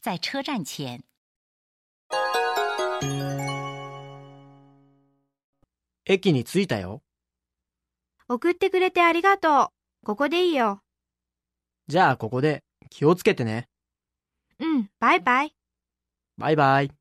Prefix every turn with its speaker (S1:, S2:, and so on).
S1: 在车站前。
S2: 駅に着いたよ。
S3: 送ってくれてありがとう。ここでいいよ。
S2: じゃあここで気をつけてね。
S3: うん、バイバイ。
S2: バイバイ。